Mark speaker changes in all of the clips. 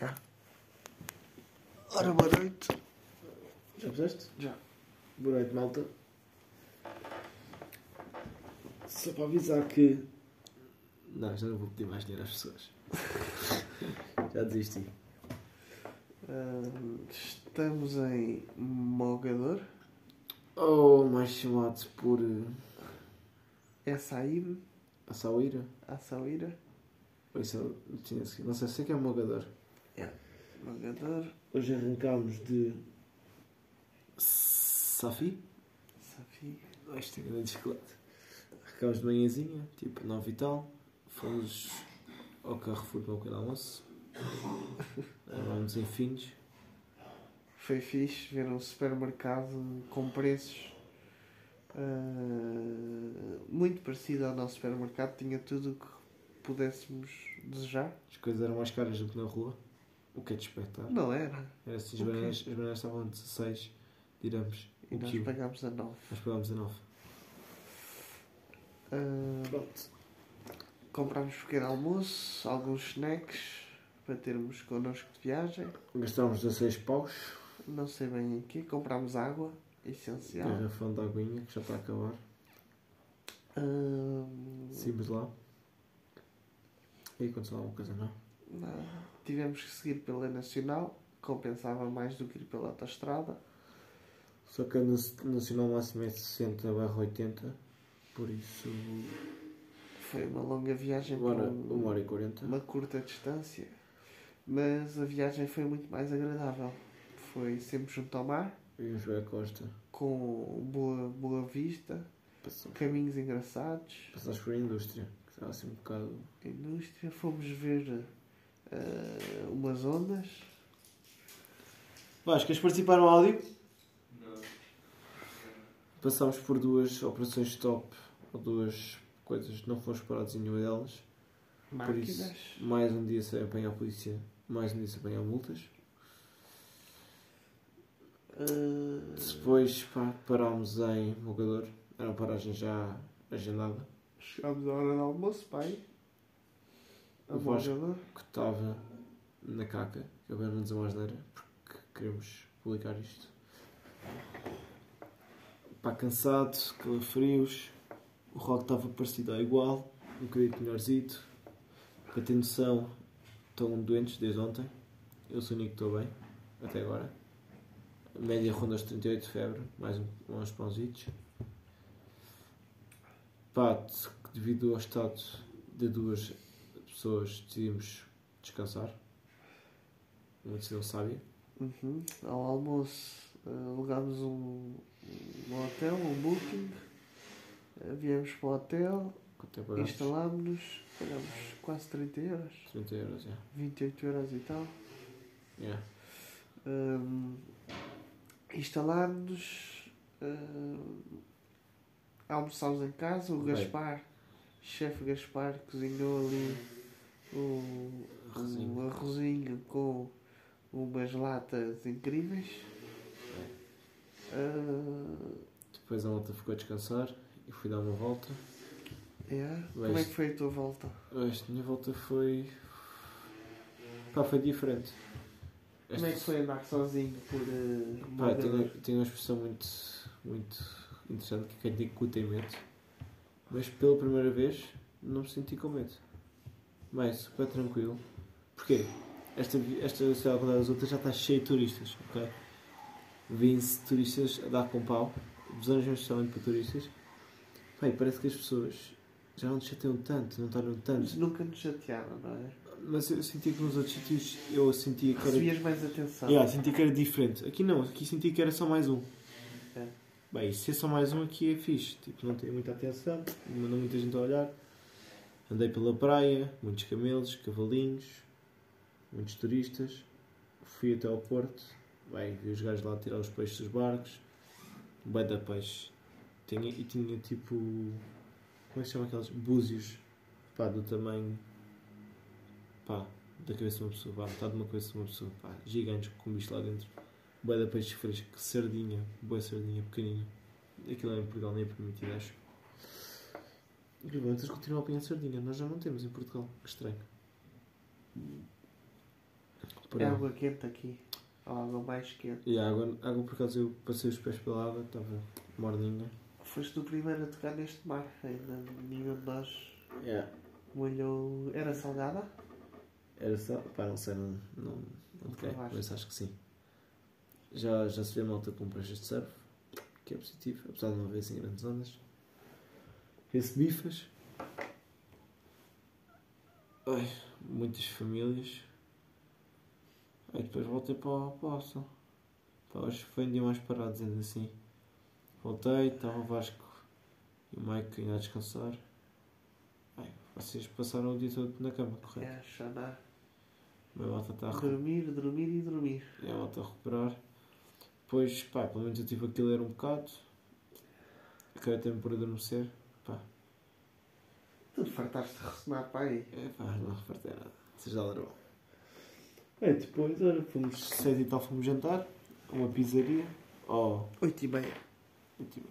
Speaker 1: Já.
Speaker 2: Ora, boa noite.
Speaker 1: Já puseste?
Speaker 2: Já.
Speaker 1: Boa noite, malta. Só para avisar que. Não, já não vou pedir mais dinheiro às pessoas. já desisti.
Speaker 2: Ahm, estamos em Mogador.
Speaker 1: Ou mais chamados Oh, por eh,
Speaker 2: É Saíd,
Speaker 1: a Sauíra.
Speaker 2: a Saíra.
Speaker 1: Ou isso é o chinês? Não sei, sei que é Mogador.
Speaker 2: Mogador.
Speaker 1: Hoje arrancámos de. Safi?
Speaker 2: Safi.
Speaker 1: Nós temos grande chocolate. Arrancámos de manhãzinha, tipo 9 e tal. Fomos ao Carrefour para o pequeno almoço. Estávamos em fins.
Speaker 2: Foi fixe ver um supermercado com preços ah, muito parecido ao nosso supermercado. Tinha tudo o que pudéssemos desejar.
Speaker 1: As coisas eram mais caras do que na rua. O que é de espetar.
Speaker 2: Não era.
Speaker 1: Era assim, as
Speaker 2: O quê?
Speaker 1: bananas, as bananas estavam a 16 dirhams.
Speaker 2: E
Speaker 1: O
Speaker 2: nós
Speaker 1: quilo.
Speaker 2: pagámos a 9.
Speaker 1: Nós pagámos a 9. Pronto.
Speaker 2: comprámos um pequeno almoço, alguns snacks para termos connosco de viagem.
Speaker 1: Gastámos 16 paus.
Speaker 2: Não sei bem em quê. Comprámos água, essencial.
Speaker 1: Garrafão de aguinha que já está a acabar.
Speaker 2: Ahm,
Speaker 1: Saímos lá. E aconteceu alguma coisa, não?
Speaker 2: não. Tivemos que seguir pela Nacional, compensava mais do que ir pela autostrada.
Speaker 1: Só que a nac- nacional máxima é 60 barra 80. Por isso.
Speaker 2: Foi uma longa viagem
Speaker 1: Uma hora,
Speaker 2: por um-
Speaker 1: uma hora e 40.
Speaker 2: uma curta distância, mas a viagem foi muito mais agradável. Foi sempre junto ao mar,
Speaker 1: E o Joé Costa.
Speaker 2: com boa, boa vista,
Speaker 1: Passou.
Speaker 2: caminhos engraçados,
Speaker 1: Passaste por a indústria. Que estava assim um bocado.
Speaker 2: indústria. Fomos ver ah, umas ondas.
Speaker 1: Vasco, queres participar no áudio? Não. Passámos por duas operações stop, ou duas coisas, não fomos parados em nenhuma delas. Por isso,
Speaker 2: Máquinas.
Speaker 1: mais um dia sem apanhar a polícia, mais um dia sem apanhar multas.
Speaker 2: Ah,
Speaker 1: Depois pá, parámos em Mogador, era uma paragem já agendada,
Speaker 2: chegámos à hora do almoço, pai.
Speaker 1: O Vasco.
Speaker 2: Amor,
Speaker 1: que estava na caca, que é agora não dizemos nada, porque queremos publicar isto. Pá, cansado, calafrios, o rock estava parecido ao igual, um bocadinho melhorzito. Para ter noção, estão doentes desde ontem. Eu sou o único que estou bem, até agora. A média ronda aos 38 de febre, mais um, uns pãozitos. Pá, de- devido ao estado de duas pessoas, decidimos descansar. Uma decisão sábia.
Speaker 2: Uhum. Ao almoço eh, alugámos um, um hotel, um booking, Eh, viemos para o hotel,
Speaker 1: Quanto é barato?
Speaker 2: instalámos-nos, pagámos quase 30 euros,
Speaker 1: 30 euros, yeah.
Speaker 2: 28 euros e tal.
Speaker 1: Yeah.
Speaker 2: Um, instalámos-nos, eh, almoçámos em casa, o
Speaker 1: Bem.
Speaker 2: Gaspar, chefe Gaspar, cozinhou ali o,
Speaker 1: Arrozinho.
Speaker 2: um arrozinho com umas latas incríveis. é? Ah,
Speaker 1: Depois a malta ficou a descansar e fui dar uma volta.
Speaker 2: yeah.
Speaker 1: Mas-
Speaker 2: Como é que foi a tua volta?
Speaker 1: Esta minha volta foi. Pá, foi diferente.
Speaker 2: Como é que foi andar sozinho por uh,
Speaker 1: Pá, tenho, tenho uma expressão muito, muito interessante que é quem tem cu tem medo. Mas pela primeira vez não me senti com medo. Mas super tranquilo. Porquê? Esta, vi- esta cidade ao contrário das outras já está cheia de turistas, ok? Vêm-se turistas a dar com pau. Desejam especialmente para turistas. Pá, e parece que as pessoas já não te chateiam tanto, não tornam tanto.
Speaker 2: Nunca nos chatearam, não é?
Speaker 1: Mas eu sentia que nos outros sítios eu sentia que era
Speaker 2: Recebias mais atenção.
Speaker 1: Yeah, senti que era diferente. Aqui não, aqui senti que era só mais um.
Speaker 2: É.
Speaker 1: Bem, se é só mais um aqui é fixe. Tipo, não tem muita atenção, mandou muita gente a olhar. Andei pela praia, muitos camelos, cavalinhos, muitos turistas. Fui até ao Porto, bem, vi os gajos lá tirar os peixes dos barcos. Bem da peixe. Tinha, e tinha tipo. Como é que se chama aqueles? Búzios. Pá, do tamanho. Pá, da cabeça de uma pessoa, pá, metade de uma cabeça de uma pessoa, pá, gigantes com um bicho lá dentro, boia de peixe fresco, sardinha, boia sardinha, pequenina. Aquilo em Portugal nem é permitido, acho. então Incrivelmente eles continuam a apanhar sardinha, nós já não temos em Portugal, que estranho.
Speaker 2: É
Speaker 1: reparar.
Speaker 2: água quente aqui. Ou água mais quente.
Speaker 1: E a água, a água, por acaso, eu passei os pés pela água, estava morninha.
Speaker 2: Foste o primeiro a tocar neste mar. Ainda nenhum de nós molhou. Era salgada?
Speaker 1: Era só. Pá, não sei, não. Não, não toquei,
Speaker 2: provaste.
Speaker 1: mas acho que sim. Já, já se vê malta com pranchas de surf, que é positivo, apesar de não haver assim grandes ondas. Vê-se bifas. Ai, muitas famílias. Aí depois voltei para o Poço. Pá, hoje foi um dia mais parado, dizendo assim. Voltei, estava o Vasco e o Mike ainda a descansar. Ai, vocês passaram o dia todo na cama, correto?
Speaker 2: É, chamar.
Speaker 1: Mas a malta está
Speaker 2: Ah,
Speaker 1: a recuperar.
Speaker 2: Dormir, dormir e dormir.
Speaker 1: É a malta a recuperar. Depois, pá, pelo menos eu tive aquilo era um bocado. Acabei também por adormecer.
Speaker 2: Tu te fartaste de ressonar para aí.
Speaker 1: É pá, não repartei nada. Seja lá normal. É, depois, olha, fomos seis e tal, fomos jantar. a Uma pizzaria. Oh,
Speaker 2: Oito e meia.
Speaker 1: eu tive.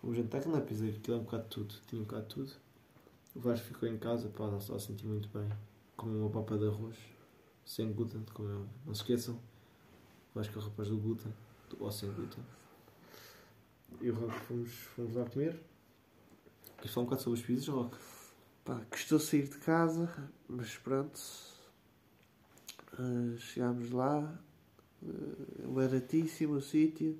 Speaker 1: Fomos jantar, aquilo não é pizzaria, aquilo é um bocado de tudo. Tinha um bocado de tudo. O Vasco ficou em casa, pá, não se lá senti muito bem. Comeu uma papa de arroz. Sem glúten, como é óbvio. Não se esqueçam. O Vasco é o rapaz do glúten. do- Ou sem glúten. E o Rock fomos, fomos lá comer. Queres falar um bocado sobre os pizzas, Rock?
Speaker 2: Pá, custou sair de casa, mas pronto. Ah, chegámos lá. ah, baratíssimo o sítio.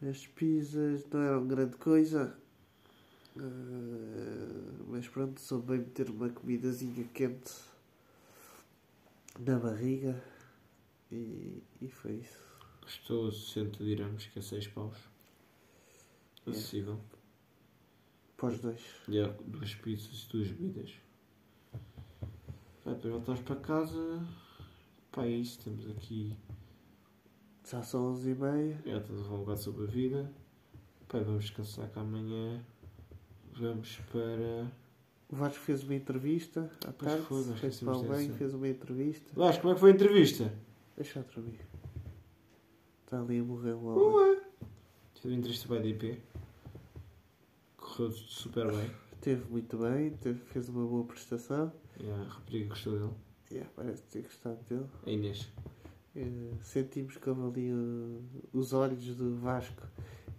Speaker 2: As pizzas não eram grande coisa. Ah, mas pronto, soube bem meter uma comidazinha quente na barriga. E, e foi isso.
Speaker 1: Custou 60 dirhams, que é 6 paus. É.
Speaker 2: Yeah.
Speaker 1: Acessível.
Speaker 2: Pós dois.
Speaker 1: E há duas pizzas e duas bebidas. Pá, depois voltámos para casa. Pá, é isso. Temos aqui.
Speaker 2: Já são 11 e meia.
Speaker 1: Já estamos a falar um bocado sobre a vida. Pá, vamos descansar que amanhã. Vamos para.
Speaker 2: O Vasco fez uma entrevista à
Speaker 1: Pois
Speaker 2: tarde.
Speaker 1: foi, nós
Speaker 2: Foi para
Speaker 1: esquecemos
Speaker 2: o bem,
Speaker 1: dessa.
Speaker 2: fez uma entrevista.
Speaker 1: Vasco, como é que foi a entrevista?
Speaker 2: Deixa outra vez. Está ali a morrer o homem.
Speaker 1: Ué! Tive uma entrevista para a DP. Correu super bem.
Speaker 2: Teve muito bem, teve, fez uma boa prestação.
Speaker 1: E a rapariga gostou dele.
Speaker 2: Yeah, parece ter gostado dele.
Speaker 1: A Inês.
Speaker 2: Eh, sentimos que houve ali o- os olhos do Vasco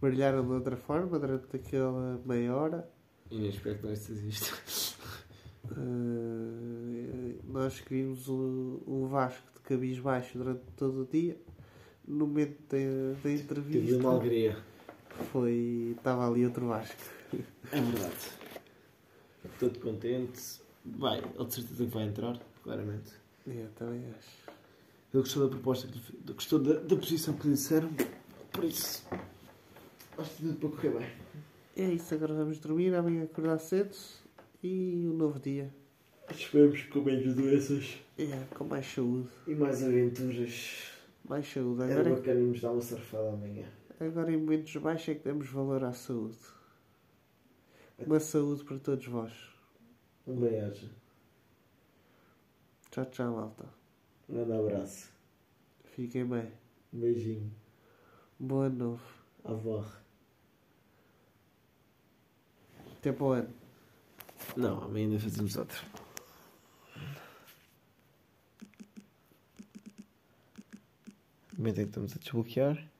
Speaker 2: brilharam de outra forma durante aquela meia hora.
Speaker 1: Inês, espero que não estejas isto.
Speaker 2: Eh, nós queríamos um, um Vasco de cabisbaixo durante todo o dia. No momento da, da
Speaker 1: Tive uma
Speaker 2: entrevista,
Speaker 1: alegria.
Speaker 2: foi estava ali outro Vasco.
Speaker 1: É verdade. Todo contente. Vai, ele de certeza que vai entrar, claramente.
Speaker 2: Yeah, também acho.
Speaker 1: Ele gostou da proposta, que lhe fi- gostou da, da posição que lhe disseram, por isso. Acho que tudo para correr bem.
Speaker 2: É isso, agora vamos dormir, amanhã acordar cedo e um novo dia.
Speaker 1: Esperamos com menos doenças
Speaker 2: É, com mais saúde.
Speaker 1: e mais aventuras.
Speaker 2: Mais saúde. Agora, é
Speaker 1: Era bacana nos dar uma surfada amanhã.
Speaker 2: agora em momentos baixos é que damos valor à saúde. Uma saúde para todos vós.
Speaker 1: Um beijo.
Speaker 2: Tchau, tchau, malta.
Speaker 1: Um grande abraço.
Speaker 2: Fiquem bem.
Speaker 1: Um beijinho.
Speaker 2: Bom ano novo.
Speaker 1: Avó.
Speaker 2: Até para o ano.
Speaker 1: Não, amanhã ainda fazemos outro. Momentem que é estamos a desbloquear.